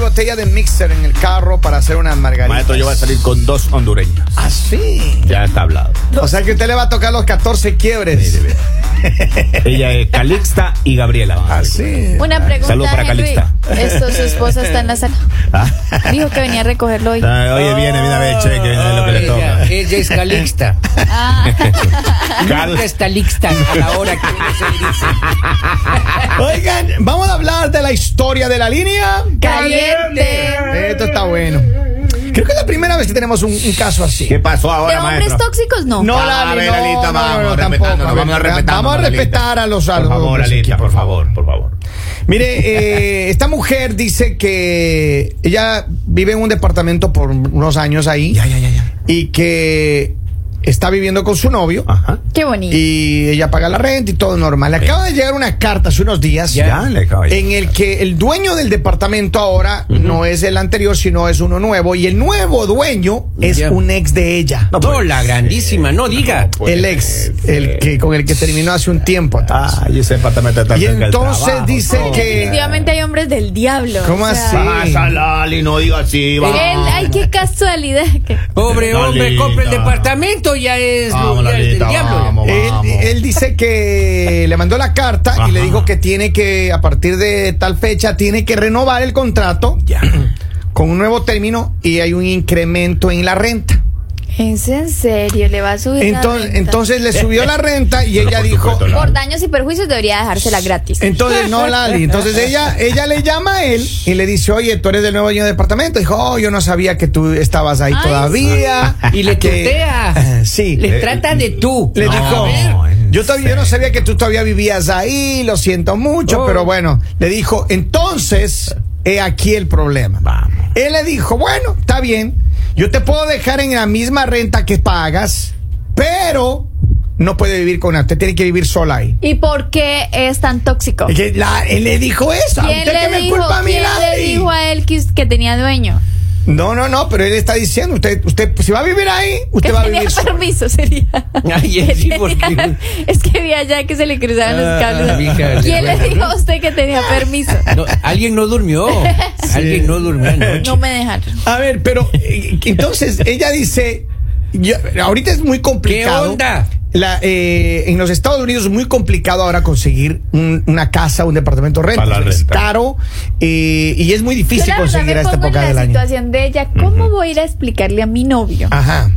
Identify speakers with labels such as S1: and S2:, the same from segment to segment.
S1: botella de mixer en el carro para hacer unas margaritas.
S2: Maestro, yo voy a salir con dos hondureños.
S1: Así.
S2: Ya está hablado.
S1: O sea que usted le va a tocar los 14 quiebres.
S2: Ella es Calixta y Gabriela. van a salir.
S1: Así.
S3: Una pregunta,
S2: Salud para
S3: Henry.
S2: Calixta.
S3: Esto, su esposa está en la sala.
S2: Ah.
S3: Dijo que venía a recogerlo hoy.
S2: Ah, Oye, viene, viene a ver el cheque, viene a ver lo que le toca.
S4: Ella es calixta.
S3: Ah,
S2: Cal-
S4: Nunca está lixta a la hora que uno se dice.
S1: Oigan, vamos a hablar de la historia de la línea.
S3: caliente.
S1: Esto está bueno. Creo que es la primera vez que tenemos un, un caso así.
S2: ¿Qué pasó
S3: ¿De
S2: ahora,
S3: hombres
S2: maestro?
S3: tóxicos? No.
S1: No,
S2: A
S1: Lali,
S2: ver,
S1: no,
S2: Lalita,
S1: no,
S2: vamos,
S1: no,
S2: respetándonos,
S1: tampoco.
S2: vamos a respetarnos,
S1: Vamos a
S2: Lalita.
S1: respetar a los
S2: Por favor,
S1: alumnos
S2: Alita,
S1: aquí,
S2: por favor, por favor.
S1: Mire, eh, esta mujer dice que ella vive en un departamento por unos años ahí
S2: Ya, ya, ya, ya.
S1: y que está viviendo con su novio
S2: Ajá.
S3: Qué bonito.
S1: y ella paga la renta y todo normal. Le acaba de llegar una carta hace unos días
S2: Ya le acabo de
S1: en el
S2: llegar.
S1: que el dueño del departamento ahora no es el anterior, sino es uno nuevo y el nuevo dueño es
S4: Ya.
S1: un ex de ella.
S2: No,
S4: No, la grandísima, no diga.
S2: pues,
S1: el ex, el que con el que terminó hace un tiempo atrás.
S2: Ah, y ese departamento está
S1: Y
S2: cerca del
S1: entonces
S2: trabajo,
S1: dice
S2: todo.
S1: que-
S3: Definitivamente hay hombres del diablo.
S1: ¿Cómo así?
S2: Pasa, Lali, no diga así, va.
S3: Él, ay, qué casualidad. que-
S4: Pobre
S2: Lalita.
S4: hombre, compra el departamento, ya es
S2: Vamos,
S4: ya es del
S2: Lalita,
S4: diablo.
S2: vamos,
S1: Él,
S2: vamos.
S1: él dice que le mandó la carta y le
S2: Ajá.
S1: dijo que tiene que, a partir de tal fecha, tiene que renovar el contrato
S2: Ya.
S1: con un nuevo término y hay un incremento en la renta.
S3: ¿Es en serio? ¿Le va a subir la
S1: Entonces,
S3: renta?
S1: entonces le subió la renta y
S2: Pero
S1: ella
S2: por
S1: dijo...
S2: supuesto, la-
S3: Por daños y perjuicios debería dejársela gratis.
S1: Entonces, no, Lali. Entonces ella, ella le llama a él y le dice, oye, tú eres del nuevo dueño de departamento. Dijo, oh, yo no sabía que tú estabas ahí
S3: Ay,
S1: todavía.
S4: Y le
S1: que-
S4: tutea.
S1: Sí.
S4: Le
S2: Eh,
S4: trata de tú.
S1: Le
S2: No,
S1: dijo,
S2: en
S1: yo, todavía, yo no sabía que tú todavía vivías ahí, lo siento mucho,
S4: Oh.
S1: pero bueno, le dijo, entonces, he aquí el problema.
S2: Vamos.
S1: Él le dijo, bueno, está bien, yo te puedo dejar en la misma renta que pagas, pero no puede vivir con él, usted tiene que vivir sola ahí.
S3: ¿Y por qué es tan tóxico?
S1: Y que la- él le dijo eso, ¿a
S3: ¿Quién
S1: usted que
S3: le
S1: me
S3: dijo,
S1: culpa a mí,
S3: quién le
S1: Lali?
S3: dijo a él que, que tenía dueño?
S1: No, no, no, pero él está diciendo, usted, usted, si va a vivir ahí,
S3: Que
S1: usted va a
S3: tenía
S1: vivir sola.
S3: permiso, sería.
S4: Ay,
S3: Que
S4: sí, porque-
S3: tenía- es que vi allá que se le cruzaban los
S4: Ah,
S3: cables.
S4: fíjate,
S3: ¿Quién le
S4: bueno.
S3: dijo a usted que tenía permiso?
S4: No, alguien no durmió. Alguien no durmió anoche.
S3: No me dejaron.
S1: A ver, pero eh, entonces ella dice, yo- ahorita es muy complicado.
S4: ¿Qué onda?
S1: La, eh, en los Estados Unidos es muy complicado ahora conseguir un- una casa, un departamento renta.
S2: Para la
S1: Es
S2: renta.
S1: caro eh, y es muy
S3: Yo
S1: difícil
S3: la verdad
S1: conseguir
S3: me
S1: a esta
S3: pongo en
S1: época
S3: la
S1: del año.
S3: situación de ella. ¿Cómo voy a ir a explicarle a mi novio
S1: Ajá.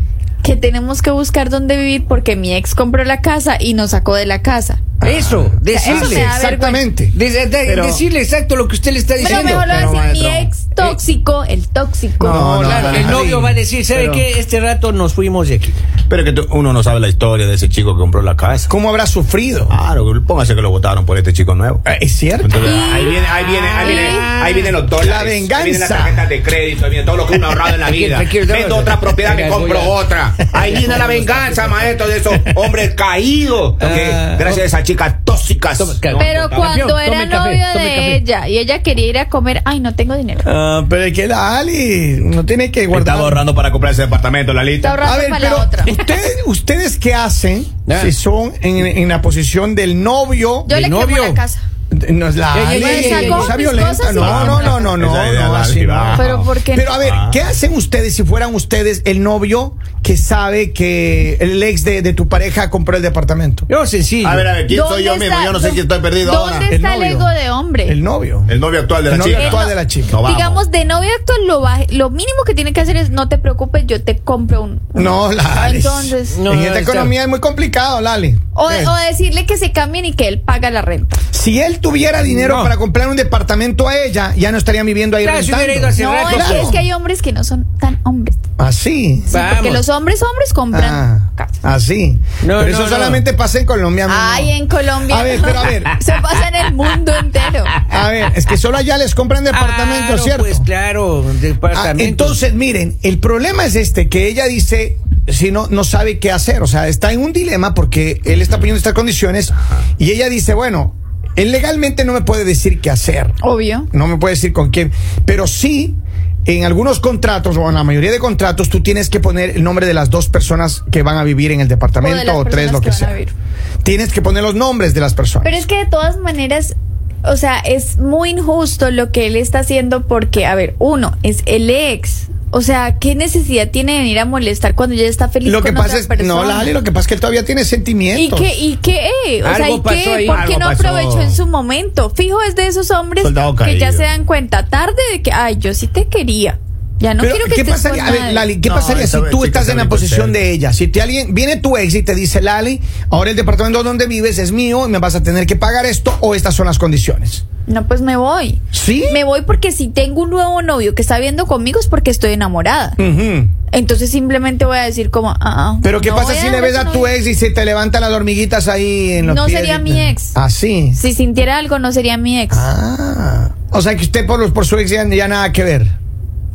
S3: que tenemos que buscar dónde vivir porque mi ex compró la casa y nos sacó de la casa?
S4: Eso,
S3: eso me
S4: decirle.
S3: da
S1: Exactamente.
S4: De- de- de-
S1: Pero-
S4: decirle exacto lo que usted le está
S3: Pero
S4: diciendo.
S3: mejor lo
S1: pero,
S3: voy a decir, mi
S1: maestro,
S3: ex tóxico, el tóxico.
S1: No,
S4: No,
S1: no,
S4: claro,
S1: no,
S4: el
S1: no.
S4: novio va a decir, ¿sabe
S1: Pero-
S4: qué? Este rato nos fuimos de aquí.
S2: Pero que tú- uno no sabe la historia de ese chico que compró la casa.
S1: ¿Cómo habrá sufrido?
S2: Claro, póngase que lo votaron por este chico nuevo.
S1: Eh, Es cierto.
S2: Entonces, ahí viene, ahí viene, ahí viene, ahí vienen los dólares.
S1: La venganza.
S2: Ahí vienen las tarjetas de crédito, ahí viene todo lo que uno ha ahorrado en la
S4: Tranquilo,
S2: vida.
S4: tranquilo,
S2: Vendo
S4: tranquilo.
S2: otra propiedad que
S4: Venga,
S2: compro
S4: voy a-
S2: otra. Ahí viene la venganza, maestro, de esos hombres caídos. porque
S4: Ah,
S2: gracias a esas chicas tóxicas.
S4: Toma, calma.
S3: Pero
S2: No,
S3: cuando
S4: Campeón,
S3: era
S4: tome café,
S3: novio
S4: tome
S3: de
S4: café.
S3: ella y ella quería ir a comer, ay, no tengo dinero.
S1: Ah, pero es que la Ali no tiene que
S2: Estaba
S1: guardar.
S2: ahorrando para comprar ese departamento, la lista.
S3: Está ahorrando
S1: A ver,
S3: para la
S1: pero
S3: otra.
S1: ustedes, ustedes qué hacen
S4: Ah.
S1: si son en, en la posición del novio.
S3: Yo
S4: ¿De
S3: le quemo
S4: novio?
S3: la casa.
S1: No es la
S4: Ey, ey,
S1: Ale,
S4: ey, ey, ey,
S1: no sea
S3: sacó mis
S1: violenta,
S3: cosas y
S1: no,
S3: me
S1: no,
S3: mandó.
S1: no, no, no,
S2: Esa idea,
S1: no,
S2: la
S1: así
S2: esquivaba.
S1: no.
S3: Pero ¿por qué
S1: Pero
S3: no?
S1: a ver,
S2: Ah.
S1: ¿qué hacen ustedes si fueran ustedes el novio que sabe que el ex de, de tu pareja compró el departamento?
S4: No, sencillo.
S2: A ver, a ver, ¿quién
S3: ¿Dónde
S2: soy yo
S3: está-
S2: mismo? Yo no sé
S3: dó-
S2: quién estoy perdido
S3: ¿Dónde
S2: ahora.
S1: El
S3: está el,
S1: novio.
S3: ego de hombre?
S1: El novio.
S2: El novio actual de la
S1: El novio
S2: chica.
S1: actual de la chica.
S2: No, vamos.
S3: Digamos, de novio actual, lo, baj- lo mínimo que tiene que hacer es no te preocupes, yo te compro un.
S1: No, Lali.
S3: Entonces-
S4: No,
S1: en esta
S4: está-
S1: economía es muy complicado, Lali.
S3: O,
S1: Eh,
S3: o decirle que se cambien y que él paga la renta.
S1: Si él tuviera dinero
S4: No.
S1: para comprar un departamento a ella, ya no estarían viviendo ahí
S4: Claro, si hubiera ido
S1: rentando.
S4: hace
S3: No,
S4: rato.
S3: es, que-
S4: pues.
S3: es que hay hombres que no son tan hombres.
S1: Así.
S3: Sí, porque
S4: Vamos.
S3: los hombres, hombres
S1: Ah,
S3: compran casas.
S1: así.
S4: No,
S1: pero
S4: no,
S1: eso
S4: no.
S1: solamente pasa en Colombia. mi amor.
S3: Ay, en Colombia.
S1: A ver, pero a ver.
S3: Eso pasa en el mundo entero.
S1: A ver, es que solo allá les compran departamentos,
S4: Claro,
S1: ¿cierto?
S4: Pues claro,
S1: Ah,
S4: departamento.
S1: entonces, miren, el problema es este, que ella dice, si no, no sabe qué hacer, o sea, está en un dilema porque él está poniendo estas condiciones y ella dice, bueno, él legalmente no me puede decir qué hacer,
S3: Obvio.
S1: no me puede decir con quién, pero sí... En algunos contratos o en la mayoría de contratos tú tienes que poner el nombre de las dos personas que van a vivir en
S3: O
S1: el
S3: de
S1: departamento
S3: las
S1: o, tres,
S3: personas
S1: lo que,
S3: que van a
S1: sea.
S3: vivir.
S1: Tienes que poner los nombres de las personas.
S3: Pero es que de todas maneras, o sea, es muy injusto lo que él está haciendo porque, a ver, uno, es el ex. O sea, ¿qué necesidad tiene de venir a molestar cuando ya está feliz
S1: Lo que
S3: con
S1: pasa
S3: otra
S1: es,
S3: persona?
S1: no, Lali, lo que pasa es que él todavía tiene
S3: ¿Y
S1: sentimientos.
S3: qué? ¿Y qué? O sea,
S2: Algo
S3: ¿y
S2: pasó ahí,
S3: qué? ¿Por
S2: algo
S3: qué no
S2: pasó.
S3: aprovechó en su momento? Fijo, es de esos hombres
S5: Soldado
S3: que ya
S5: caído.
S3: se dan cuenta tarde de que, ay, yo sí te quería. Ya no
S1: Pero,
S3: quiero que
S1: ¿qué
S3: estés con
S1: pasaría, a ver,
S3: nadie".
S1: Lali, ¿qué
S5: No,
S1: pasaría si
S5: esta vez
S1: tú
S5: sí que
S1: estás
S5: se
S1: en la
S5: lo
S1: posición
S5: intenté.
S1: de ella? Si te alguien viene tu ex y te dice, Lali, ahora el departamento donde vives es mío y me vas a tener que pagar esto o estas son las condiciones.
S3: No, pues me voy.
S1: ¿Sí?
S3: Me voy porque si tengo un nuevo novio que está viendo conmigo es porque estoy enamorada.
S1: Ujú.
S3: Entonces simplemente voy a decir como, ah,
S1: Pero ¿qué
S3: no eh,
S1: pasa
S3: voy
S1: si
S3: dejar
S1: le ves
S3: ese
S1: a tu
S3: novio.
S1: ex y se te levantan las hormiguitas ahí en los
S3: No
S1: pies
S3: sería
S1: y-
S3: mi ex.
S1: Ah, sí.
S3: Si sintiera algo no sería mi ex.
S1: Ah. O sea que usted por, los, por su ex ya, ya nada que ver.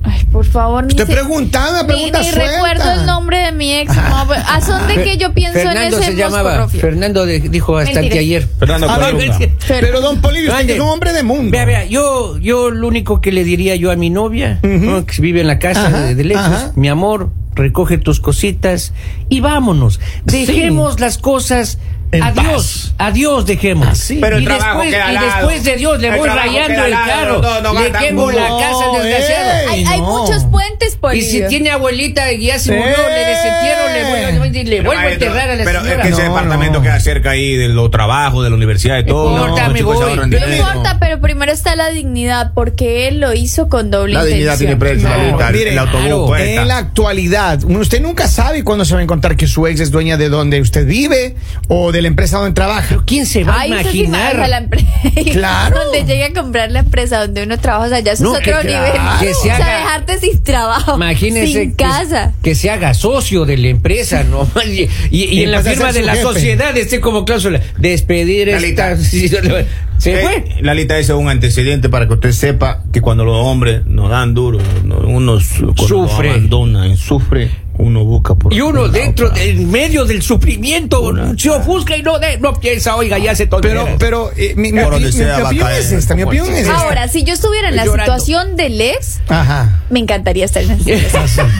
S3: Ay, por favor, ni
S1: Usted
S3: se-
S1: preguntaba,
S3: ni-
S1: pregunta
S3: ni
S1: suelta.
S3: recuerdo el nombre de mi ex. No, pero- ¿A son de que yo pienso en
S4: Fernando
S3: ese
S4: se llamaba.
S3: moscorrofio?
S4: Fernando de- dijo hasta
S3: Mentira.
S4: anteayer.
S2: Fernando
S1: Ah, no,
S2: Colunga.
S3: Fer-
S1: Pero don Polivio, usted
S4: Ande.
S1: es un hombre de mundo.
S4: Vea, vea, yo, yo lo único que le diría yo a mi novia, ¿no? que vive en la casa
S1: Ajá,
S4: de, de Lexus,
S1: ajá.
S4: mi amor, recoge tus cositas y vámonos. Dejemos las cosas.
S5: En
S4: adiós, adiós dejemos.
S1: Así.
S2: Pero el
S4: y,
S2: trabajo
S4: después,
S2: queda
S4: y
S2: al lado.
S4: después de Dios le
S2: El
S4: voy
S2: trabajo
S4: rayando
S2: queda
S4: el
S2: al lado,
S4: carro.
S2: no, no
S4: le
S2: gasta
S4: quemo la
S1: mucho.
S4: casa
S1: No,
S4: al desgraciado.
S1: ey.
S3: Hay, hay
S1: No.
S3: muchos puentes por
S4: Y si tiene abuelita y ya se murió, le desentierro, le vuelvo- le vuelvo,
S2: Pero,
S4: a
S2: maestro,
S4: enterrar a la
S2: pero
S4: señora.
S2: es que ese
S1: No,
S2: departamento
S1: no.
S2: queda cerca ahí de los trabajos, de la universidad, de todo.
S4: importa,
S2: los
S4: me
S2: chicos se
S4: voy.
S2: ahorran
S4: No
S3: No
S2: dinero.
S3: importa, pero primero está la dignidad, porque él lo hizo con doble
S5: La dignidad tiene
S3: intención.
S5: precio,
S4: No,
S5: Lalita,
S1: mire,
S5: el autobús pues,
S4: claro,
S5: cuesta.
S1: En la actualidad, uno- usted nunca sabe cuándo se va a encontrar que su ex es dueña de donde usted vive o de la empresa donde trabaja.
S4: Pero ¿quién se va
S3: Ay,
S4: a
S3: usted se
S4: imaginar?
S3: imagina la empresa.
S1: Claro.
S3: Donde llegue a comprar la empresa donde uno trabaja, o sea, ya eso
S4: No,
S3: es
S4: que
S3: otro
S4: claro.
S3: nivel.
S4: Que se
S3: o sea,
S4: haga-
S3: dejarte sin trabajo.
S4: Imagínese
S3: Sin
S4: que-
S3: casa.
S4: Que, se haga socio de la empresa, ¿no? Y, y- y
S1: Y
S4: en la
S1: pasa a
S4: firma
S1: ser
S4: de
S1: su
S4: la
S1: jefe.
S4: sociedad esté como cláusula despedir
S2: Lalita.
S4: esta. sí, pues. se
S2: Eh,
S4: fue.
S2: Lalita, ese es un antecedente para que usted sepa que cuando los hombres nos dan duro, no- uno su- cuando
S4: Sufre.
S2: nos abandonan, sufre, uno busca por
S4: Y uno
S2: por la
S4: dentro,
S2: otra.
S4: en medio del sufrimiento,
S2: Una-
S4: se ofusca y no, de- no piensa, oiga, ya se
S1: Pero,
S4: tolera.
S1: pero eh, mi, mi-
S5: Por
S1: mi-
S5: donde
S1: mi-
S5: sea
S1: mi
S5: va a
S1: opinión
S5: caer.
S1: es esta, mi opinión es esta.
S3: Ahora, si yo estuviera en la
S4: Llorando.
S3: situación del ex,
S1: Ajá.
S3: me encantaría estar en esa situación.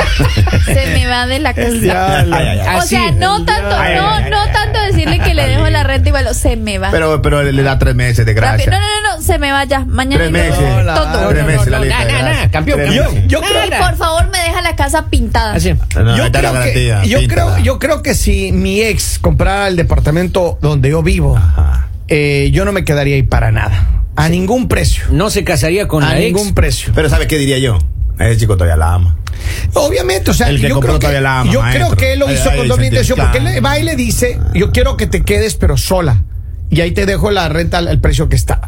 S3: Se me va de la casa.
S5: Ay, ay, ay.
S3: O sea,
S4: Así.
S3: no tanto,
S2: Ay, ay, ay,
S3: no, no
S2: ay,
S3: tanto decirle que le dejo la renta igual, se me va.
S5: Pero, pero le da tres meses de
S3: Rápido.
S5: gracia.
S3: No, no, no, no, se me va ya. Mañana
S5: Tres
S3: yo-
S5: meses.
S3: Todo.
S5: Tres meses,
S4: no,
S5: Lalita,
S4: na, na, na,
S5: gracias.
S4: campeón,
S5: Tres
S4: campeón.
S5: meses.
S1: Yo creo
S3: Ay,
S4: Nada.
S3: por favor, me deja la casa pintada.
S4: Así.
S5: No, ahí
S1: yo,
S5: está la
S1: creo
S5: garantía,
S1: que, yo,
S5: píntala.
S1: creo, yo creo que si mi ex comprara el departamento donde yo vivo,
S5: Ajá.
S1: eh, yo no me quedaría ahí para nada. A ningún precio.
S4: No se casaría con
S1: a
S4: la
S1: ningún
S4: ex.
S1: precio.
S5: Pero ¿sabes qué diría yo? Ese chico todavía la ama.
S1: Obviamente, o sea,
S5: El que
S1: yo,
S5: compró
S1: creo que,
S5: todavía la ama,
S1: yo
S5: maestro.
S1: creo que él lo
S5: Ahí-
S1: hizo
S5: ahí
S1: con
S5: dice,
S1: doble intención,
S5: claro.
S1: porque él va y le dice, yo quiero que te quedes pero sola. Y ahí te dejo la renta al, al precio que está.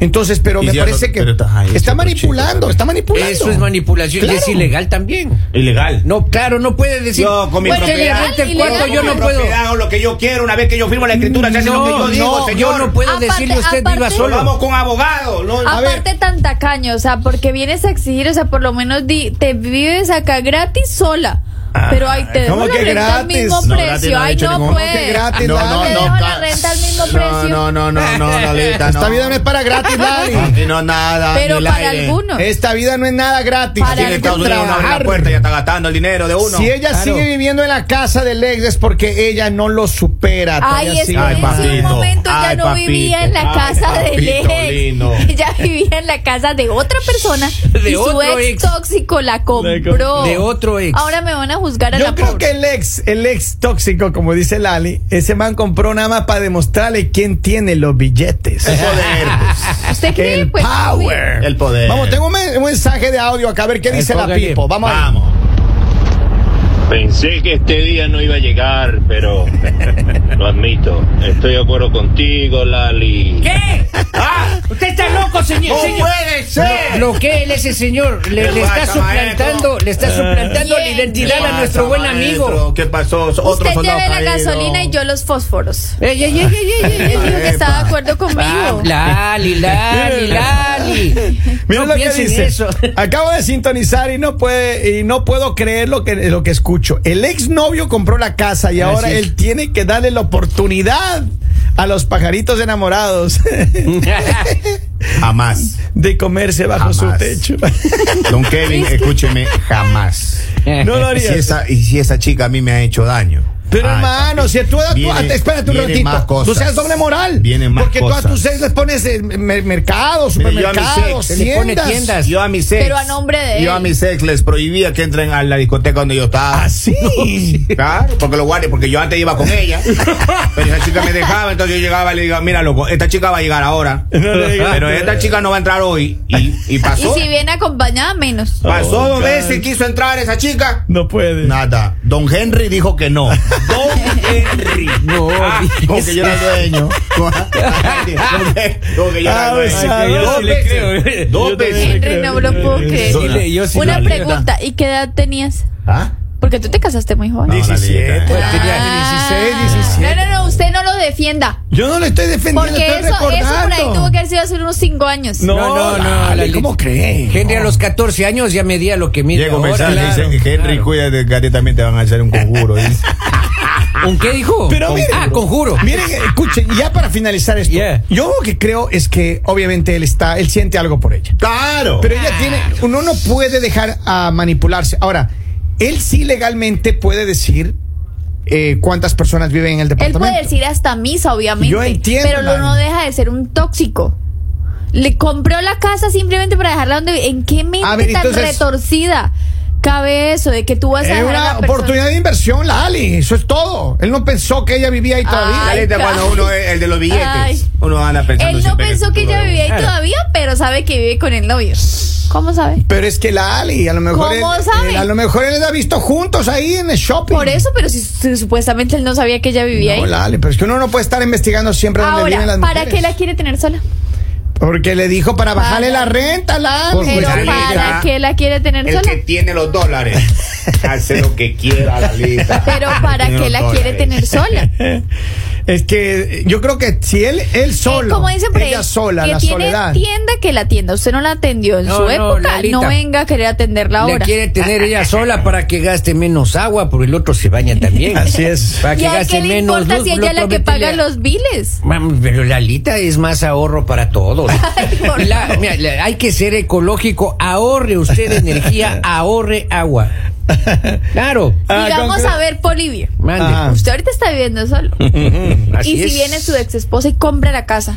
S1: Entonces, pero
S5: Y
S1: me
S5: ya no-
S1: parece que
S5: pero estás ahí, pues.
S1: está
S5: chico,
S1: manipulando,
S5: chico.
S1: está manipulando.
S4: Eso es manipulación y
S1: Claro.
S4: es ilegal también.
S2: Ilegal.
S4: No, claro, no puede decir.
S2: Yo con mi
S4: "Bueno, que le
S2: propiedad,
S4: rente el
S3: ilegal,
S4: cuarto, yo no
S2: Mi
S4: puedo.
S2: propiedad, hago lo que yo quiero, una vez que yo firmo la escritura, se hace lo que yo digo,
S4: no,
S2: señor.
S4: yo no puedo
S3: Aparte-
S4: decirle usted viva
S3: aparte-
S4: solo.
S2: Vamos con abogado. No, a ver.
S3: Aparte tan tacaño, o sea, porque vienes a exigir, o sea, por lo menos di- te vives acá gratis sola. Pero ahí te dejo
S1: ¿cómo
S3: la
S1: que
S3: renta al
S1: gratis?
S3: mismo
S5: No, gratis
S3: precio.
S5: no ha
S3: Ay,
S5: dicho
S3: no
S5: ninguno.
S1: ¿Cómo que
S3: puedes.
S1: gratis?
S2: Ah,
S3: No, no,
S5: Te
S3: no,
S5: dejo
S3: no,
S5: la
S3: ca- renta al mismo precio.
S5: No, no, no, no, Lalita,
S1: Esta
S5: no.
S1: vida no es para gratis, Lali.
S5: Aquí no Ah, eh. es nada.
S3: Pero
S5: ni el
S3: para
S5: aire.
S3: algunos.
S1: Esta vida no es nada gratis.
S3: Para
S5: Aquí en
S1: Tiene que
S5: Estados Unidos uno abre la
S1: trabajar.
S5: puerta y ya está gastando el dinero de uno.
S1: Si ella
S4: Claro.
S1: sigue viviendo en la casa del ex es porque ella no lo supera.
S3: Ay,
S1: todavía
S3: es que
S1: sigue
S5: Ay,
S3: en
S1: mal.
S5: papito.
S3: un momento ya
S5: Ay,
S3: no vivía
S5: papito.
S3: en la
S5: Ay,
S3: casa del
S5: papito lindo.
S3: ex. Ella vivía en la casa de otra persona
S4: De
S3: y su
S4: otro
S3: ex,
S4: ex.
S3: tóxico la compró.
S4: De otro ex.
S3: Ahora me van a juzgar a
S1: Yo
S3: la
S1: creo
S3: pobre.
S1: que el ex, el ex tóxico, como dice Lali, ese man compró nada más para demostrarle quién tiene los billetes.
S5: El poder. pues.
S3: ¿Usted cree?
S1: El
S3: Pues, sí.
S1: power.
S5: El poder.
S1: Vamos, tengo un, men- un mensaje de audio acá, a ver qué
S4: El
S1: dice la
S4: poder.
S1: Pipo. Vamos, a ver.
S5: Eh, Vamos.
S6: Pensé que este día no iba a llegar, pero lo admito. Estoy de acuerdo contigo, Lali.
S4: ¿Qué? ¡Ah! ¡Usted está loco, señor!
S5: ¡No
S4: señor.
S5: puede ser!
S4: Lo que él, ese señor, le,
S5: ¿Qué
S4: le está
S5: pasa,
S4: suplantando,
S5: maestro?
S4: le está suplantando la
S3: Bien,
S4: identidad
S3: bien.
S4: a nuestro buen amigo.
S5: ¿Qué pasó?
S3: Usted
S5: Otros soldados
S3: lleve la
S5: caídos.
S3: gasolina y yo los fósforos.
S4: Ey, ey, ey, ey, ey, ey,
S3: Él
S4: ey.
S3: dijo que estaba de acuerdo
S4: Ah,
S3: conmigo.
S4: Lali, Lali, Lali.
S1: Mira
S4: no
S1: lo que
S4: piensen
S1: dice.
S4: eso.
S1: Acabo de sintonizar y no puede y no puedo creer lo que lo que escucho. El exnovio compró la casa y
S5: Ah,
S4: Así
S1: ahora
S4: es.
S1: él tiene que darle la oportunidad a los pajaritos enamorados
S5: Jamás.
S1: de comerse bajo su
S5: Jamás.
S1: techo.
S5: Don Kevin, escúcheme, jamás.
S1: No lo
S5: Y si
S1: haría.
S5: esa, y si esa chica a mí me ha hecho daño.
S1: Pero
S2: Ah,
S1: hermano, si tú a-
S2: viene-
S1: a- espérate un
S2: vienen más
S1: ratito,
S2: cosas.
S1: tú seas doble moral.
S2: Vienen más
S1: porque tú a
S2: cosas.
S1: tus seis les pones eh, mer- mercados,
S2: Mire, yo a mis
S1: supermercados,
S2: ex
S4: se le pone
S1: tiendas.
S4: tiendas.
S2: Yo a mis ex.
S3: Pero a nombre de
S2: Yo a
S3: él.
S2: mis ex les prohibía que entren a la discoteca donde yo estaba.
S1: Así.
S2: Claro, porque lo guardes, porque yo antes iba con ella. Pero esa chica me dejaba, entonces yo llegaba y le digo, mira, loco, esta chica va a llegar ahora. Pero esta chica no va a entrar hoy. Y, y
S3: Y
S2: pasó.
S3: si viene acompañada, menos.
S2: Pasó dos veces, quiso entrar esa chica.
S1: No puede.
S2: Oh, Nada. Don Henry dijo que no. Don Henry.
S4: No,
S2: Como que yo era el dueño. Como que yo era el
S1: Ah,
S2: dueño.
S1: pues, a ver.
S2: Dos
S4: eh.
S2: veces. Dos veces.
S3: Henry, no lo puedo creer.
S4: Dile, yo sí
S3: Una
S4: lo haría.
S3: pregunta, ¿y qué edad tenías?
S2: ¿Ah?
S3: Porque tú te casaste muy joven.
S2: No, la
S1: 17.
S2: liga, eh.
S1: tenía 16, 17.
S3: Ah. No, no, no, usted no lo defienda.
S1: Yo no le estoy defendiendo,
S3: Porque
S1: estoy
S3: eso, eso por ahí
S1: recordando.
S3: tuvo que haber sido hace unos 5 años.
S1: No,
S4: No, no, no,
S1: dale,
S4: la
S1: ¿Cómo
S4: li-
S1: crees?
S4: Henry a los 14 años ya medía lo que mide
S2: Llega un
S4: ahora.
S2: mensaje
S4: Claro,
S2: dicen que Henry,
S4: claro.
S2: cuídate que a ti también te van a hacer un conjuro. dice.
S4: ¿Un qué dijo?
S1: Pero
S4: Con-
S1: miren,
S4: ah, conjuro.
S1: Miren, escuchen, ya para finalizar esto,
S4: Yeah.
S1: yo lo que creo es que obviamente él está, él siente algo por ella.
S2: Claro.
S1: Pero ella tiene, uno no puede dejar a manipularse. Ahora, él sí legalmente puede decir eh, cuántas personas viven en el
S3: Él
S1: departamento.
S3: puede decir hasta misa, obviamente.
S1: Yo entiendo,
S3: Pero lo- no
S1: Lali.
S3: deja de ser un tóxico. Le compró la casa simplemente para dejarla donde. ¿En qué mente
S1: A ver,
S3: tan
S1: entonces-
S3: retorcida cabe eso de que tú vas a
S1: Es
S3: dejar a
S1: una
S3: una persona?
S1: oportunidad de inversión, la Ali. Eso es todo. Él no pensó que ella vivía ahí todavía.
S3: Ay,
S2: Caleta, cuando
S3: Ay.
S2: uno Este es el de los billetes,
S3: Ay.
S2: uno anda pensando.
S3: Él no
S2: siempre en el
S3: pensó que
S2: futuro
S3: ella
S2: de uno.
S3: vivía ahí
S4: Claro.
S3: todavía, pero sabe que vive con el novio. ¿Cómo sabe?
S1: Pero es que la Ali, a lo mejor.
S3: ¿Cómo
S1: él-
S3: sabe?
S1: él- a lo mejor él la ha visto juntos ahí en el shopping.
S3: Por eso, pero si, si supuestamente él no sabía que ella vivía
S1: No,
S3: ahí.
S1: la Ali, pero es que uno no puede estar investigando siempre dónde viven
S3: Ahora,
S1: las
S3: ¿para
S1: mujeres.
S3: qué la quiere tener sola?
S1: Porque le dijo para bajarle
S3: Para-
S1: la renta, la
S4: Por
S1: Ali. Pues,
S3: Pero
S4: supuesto.
S3: ¿para
S2: Amiga,
S3: qué la quiere tener
S2: El
S3: sola?
S2: que tiene los dólares hace lo que quiera, Lalita.
S3: Pero
S2: El que
S3: ¿para
S2: tiene
S3: qué
S2: los
S3: la quiere
S2: dólares.
S3: tener sola?
S1: Es que yo creo que si él, él
S3: Eh,
S1: solo,
S3: como dicen por ahí,
S1: ella sola,
S3: que
S1: la
S3: tiene
S1: soledad.
S3: tienda que la atienda. Usted no la atendió en
S4: No,
S3: su
S4: no,
S3: época.
S4: Lalita.
S3: no venga a querer atenderla
S4: La
S3: ahora.
S4: quiere tener ella sola para que gaste menos agua, porque el otro se baña también.
S1: Así es.
S4: Para
S3: ¿Y
S4: que
S3: a
S4: gaste
S3: qué le
S4: menos
S3: importa
S4: luz,
S3: si ella es la
S4: lo
S3: que paga
S4: prometele-
S3: los biles?
S4: Mam, Pero la alita es más ahorro para todos.
S3: por
S4: La- mira, la- hay que ser ecológico. Ahorre usted energía, ahorre agua. Claro.
S1: Ah,
S3: Digamos
S1: concre-
S3: a ver, Polivio.
S4: Mande.
S1: Ah.
S3: Usted ahorita está viviendo solo.
S4: Así
S3: y si
S4: es.
S3: viene su ex esposa y compra la casa.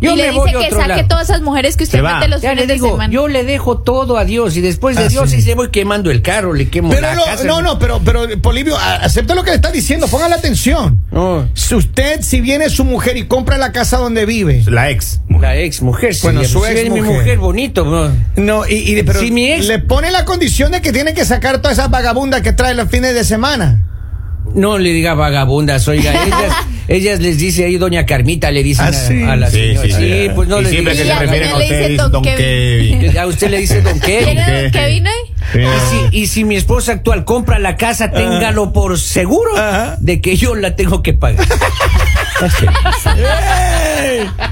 S4: Yo
S3: y le
S4: me
S3: dice
S4: voy a
S3: que
S4: otro
S3: saque
S4: lado.
S3: todas esas mujeres que usted
S2: Se va.
S3: mete los
S4: Ya le
S3: fines de
S4: digo,
S3: semana.
S4: yo le dejo todo a Dios y después de
S1: Ah,
S4: Dios
S1: sí.
S4: sí se voy quemando el carro, le quemo
S1: Pero
S4: la
S1: no,
S4: casa.
S1: no, no, pero, pero Polibio, a- acepta lo que le está diciendo, ponga la atención.
S4: No,
S1: Si usted, si viene su mujer y compra la casa donde vive.
S2: La ex.
S4: La ex mujer.
S1: Bueno, su
S4: mi
S1: exmujer.
S4: mujer bonito. no.
S1: No, y, y- pero
S4: Si mi ex-
S1: le pone la condición de que tiene que sacar todas esas vagabundas que trae los fines de semana.
S4: No le diga vagabundas, oiga, ellas, ellas les dice ahí doña Carmita, le dicen
S1: Ah,
S4: a,
S1: sí.
S4: a la
S2: Sí,
S4: señora.
S2: sí, sí.
S4: pues no
S2: y
S4: les
S2: siempre que
S4: diga
S2: se
S3: Y
S2: refieren a
S3: al final le
S2: usted,
S3: dicen
S2: dicen Don
S3: Don
S2: Kevin.
S4: Ya usted le dice don
S3: ¿Quién
S4: qué.
S3: era el que vino ahí?
S4: Y si, y si mi esposa actual compra la casa, téngalo por seguro
S1: Ajá.
S4: de que yo la tengo que pagar.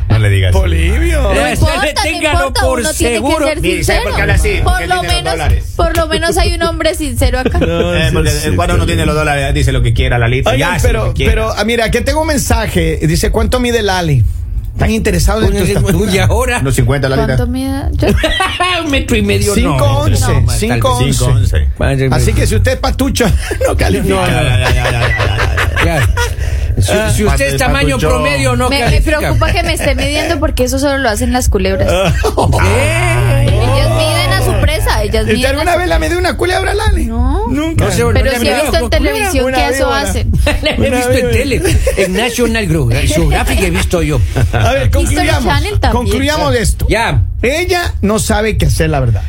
S2: No le digas.
S1: Polibio.
S3: No
S4: Ya,
S3: importa,
S4: usted
S3: no
S4: téngalo
S3: importa,
S4: por
S3: uno
S4: seguro.
S3: tiene
S2: Mire,
S3: que ser
S2: ¿sabe
S3: sincero.
S2: por qué habla así?
S3: por
S2: Porque él
S3: lo
S2: tiene los
S3: menos,
S2: dólares.
S3: por lo menos hay un hombre sincero acá.
S2: Eh, porque cuando uno tiene los dólares, dice lo que quiera, Lalita.
S1: Oigan,
S2: ya,
S1: pero, pero ah, mira, aquí tengo un mensaje. Dice, ¿cuánto mide Lali? ¿Están interesados en tu estatura?
S4: Y ahora,
S2: Los 50, Lalita.
S3: ¿Cuánto me da? Yo-
S4: un metro y medio.
S1: Cinco
S4: no,
S1: once,
S4: no, más
S1: cinco
S4: tal vez.
S2: 5,
S1: once.
S2: 11.
S4: Madre mía.
S1: Así que si usted es patucho, no
S2: Ya,
S1: califica. Ah,
S2: ya, ya, ya, ya, ya, ya.
S4: Ya. Si, si
S2: Pato
S4: usted
S2: de
S4: es tamaño
S2: papuchón.
S4: promedio, no
S3: me, me
S4: califica.
S3: preocupa que me esté midiendo porque eso solo lo hacen las culebras.
S4: Ah. Ay,
S3: Ellas miden a su presa, ellas
S1: ¿Usted
S3: miden.
S1: alguna
S3: a
S1: vez la me dio una culebra, Lali?
S3: No.
S1: Nunca.
S4: No se volvió
S3: Pero
S4: la
S3: si he
S4: mirada,
S3: visto en
S4: una culebra,
S3: televisión
S1: una
S3: que eso
S1: víbora.
S3: hacen.
S4: he visto en tele, en National Geographic, Geographic he visto yo.
S1: A ver, concluyamos.
S3: Channel también.
S1: Concluyamos esto.
S4: Ya.
S1: Ella no sabe qué hacer, la verdad.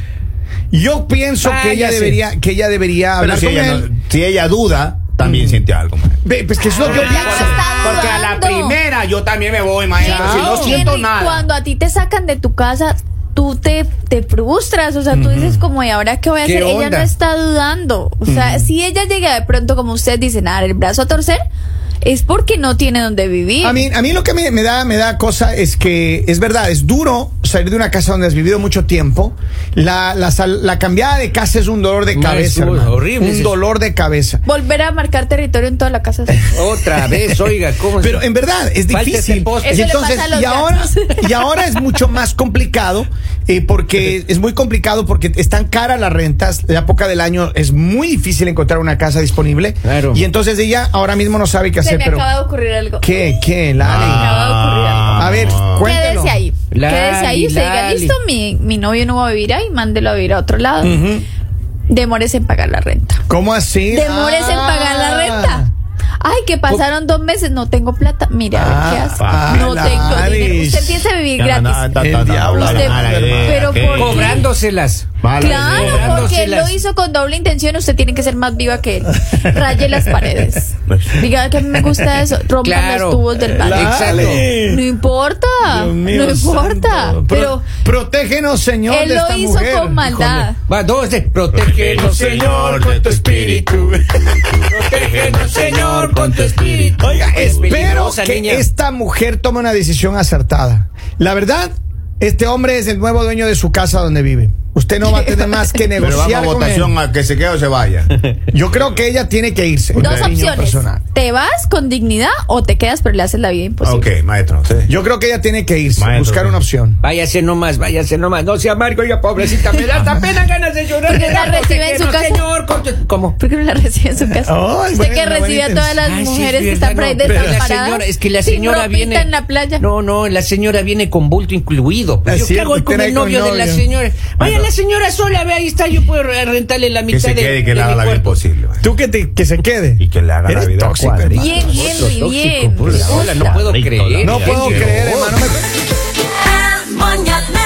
S1: Yo pienso que ella
S4: Váyase.
S1: debería, que ella debería
S2: Pero
S1: hablar
S2: si
S1: con
S2: ella,
S1: él. Mm.
S2: no- si ella duda, también siente algo. maestro.
S1: Ve, Pues que es lo que yo
S3: Ah,
S1: pienso.
S3: está
S2: Porque a la
S3: dudando.
S2: primera yo también me voy, maestro.
S3: Henry,
S2: Si no siento
S3: Henry,
S2: nada.
S3: Cuando a ti te sacan de tu casa, tú te, te frustras. O sea, tú dices, como, ¿y ahora qué voy a
S4: ¿Qué
S3: hacer? Ella
S4: onda?
S3: no está dudando. O sea, si ella llega de pronto, como ustedes dicen, a dar el brazo a torcer. es porque no tiene donde vivir.
S1: A mí, a mí lo que me, me da, me da cosa es que es verdad, es duro salir de una casa donde has vivido mucho tiempo. La, la, sal- la cambiada de casa es un dolor de
S4: No,
S1: cabeza.
S4: es
S1: hermano.
S4: horrible, es
S1: Un
S4: eso.
S1: dolor de cabeza.
S3: Volver a marcar territorio en toda la casa.
S4: Otra vez, oiga, ¿cómo
S1: Pero
S4: se-
S1: en verdad es
S4: Pues Falta ese
S1: difícil.
S4: poste.
S1: Y
S3: Eso le pasa
S1: entonces,
S3: a los
S1: y ahora,
S3: gatos.
S1: y ahora es mucho más complicado eh, porque es muy complicado porque están caras las rentas. La época del año es muy difícil encontrar una casa disponible.
S4: Claro.
S1: Y entonces ella ahora mismo no sabe
S3: Se
S1: qué hacer.
S3: me
S1: Pero
S3: acaba de ocurrir algo.
S1: ¿qué, qué,
S3: Se me
S4: Ah.
S1: Lali?
S3: acaba de ocurrir algo.
S2: Ah.
S1: A ver, cuéntalo.
S3: Quédese ahí.
S4: Lali,
S3: quédese ahí. Usted diga,
S4: Lali.
S3: listo, mi, mi novio no va a vivir ahí, mándelo a vivir a otro lado.
S1: Ujú.
S3: Demórese en pagar la renta.
S1: ¿Cómo así?
S3: Demórese en pagar la
S1: Ah.
S3: renta. Ay, que pasaron dos meses, no tengo plata. Mira, a ver qué
S1: Ah,
S3: hace.
S1: ah,
S3: no tengo
S1: Laris.
S3: dinero. Usted piensa vivir gratis.
S1: El diablo.
S3: Usted- pero ¿por qué?
S4: cobrándoselas.
S3: Claro, porque él lo
S4: Dándoselas.
S1: hizo
S3: hizo con doble intención. Usted tiene que ser más viva que él. Raye las paredes. Diga que a mí me gusta eso. Rompa
S4: Claro.
S3: los tubos del baño.
S4: Claro. Exacto.
S3: No importa.
S1: Dios mío
S3: Ah, no importa.
S1: santo.
S3: Pero
S1: Pro- protégenos, Señor.
S3: él
S1: de
S3: lo
S1: esta
S3: hizo
S1: mujer.
S3: con maldad.
S4: Va, dos, de protégenos, Señor, con tu espíritu. Protégenos, Señor, con tu espíritu.
S1: Oiga,
S4: Es
S1: espero
S4: peligrosa,
S1: que este-
S4: niña.
S1: esta mujer tome una decisión acertada. La verdad, este hombre es el nuevo dueño de su casa donde vive. Usted no va a tener más que
S2: Pero vamos a
S1: negociar con
S2: votación a que se quede o se vaya.
S1: él. Yo creo que ella tiene que irse.
S3: Dos
S1: Cariño
S3: opciones.
S1: personal.
S3: Te vas con dignidad o te quedas pero le haces la vida
S1: Pues
S3: imposible.
S2: ok, maestro. sí.
S1: Yo creo que ella tiene que irse,
S2: Maestro.
S1: buscar una opción.
S4: Váyase nomás, váyase nomás. No sea amargo, oiga, pobrecita. Me da hasta pena ganas de llorar. de
S3: La
S4: dar
S3: recibe en su
S4: protégenos,
S3: casa.
S4: Señor, con tu- ¿Cómo?
S3: ¿Por qué no la recibe en su casa?
S1: Ay,
S3: Usted
S1: buena,
S3: que recibe a
S1: buena
S3: todas las
S4: Ay, sí, es
S3: mujeres que
S4: verdad,
S3: están por ahí
S4: no, pero la
S3: desamparadas.
S4: señora- es que la
S3: sin
S4: señora
S3: ropita
S4: viene
S3: en la playa.
S4: No, no, la señora viene con bulto incluido. Pues
S1: Es
S4: yo qué
S1: cierto,
S4: hago con
S1: tiene
S4: el
S1: con
S4: novio de la
S1: novio.
S4: señora. Vaya la señora sola, ve ahí está, yo puedo re- rentarle la
S2: Que
S4: mitad
S2: se
S4: de-
S2: quede y que
S4: de mi
S2: le haga la vida
S4: cuarto.
S2: imposible. maestro.
S1: Tú que, te- que se quede.
S2: Y que le haga la
S1: Eres
S2: vida
S1: tóxico,
S2: cuadra.
S1: hermano.
S3: Bien, Henry,
S4: Tóxico,
S3: bien.
S4: por la
S3: Me
S4: bola, no
S3: gusta.
S4: puedo creer.
S1: No puedo
S4: Qué
S1: creer,
S4: horror.
S1: hermano. me-
S7: El mañanero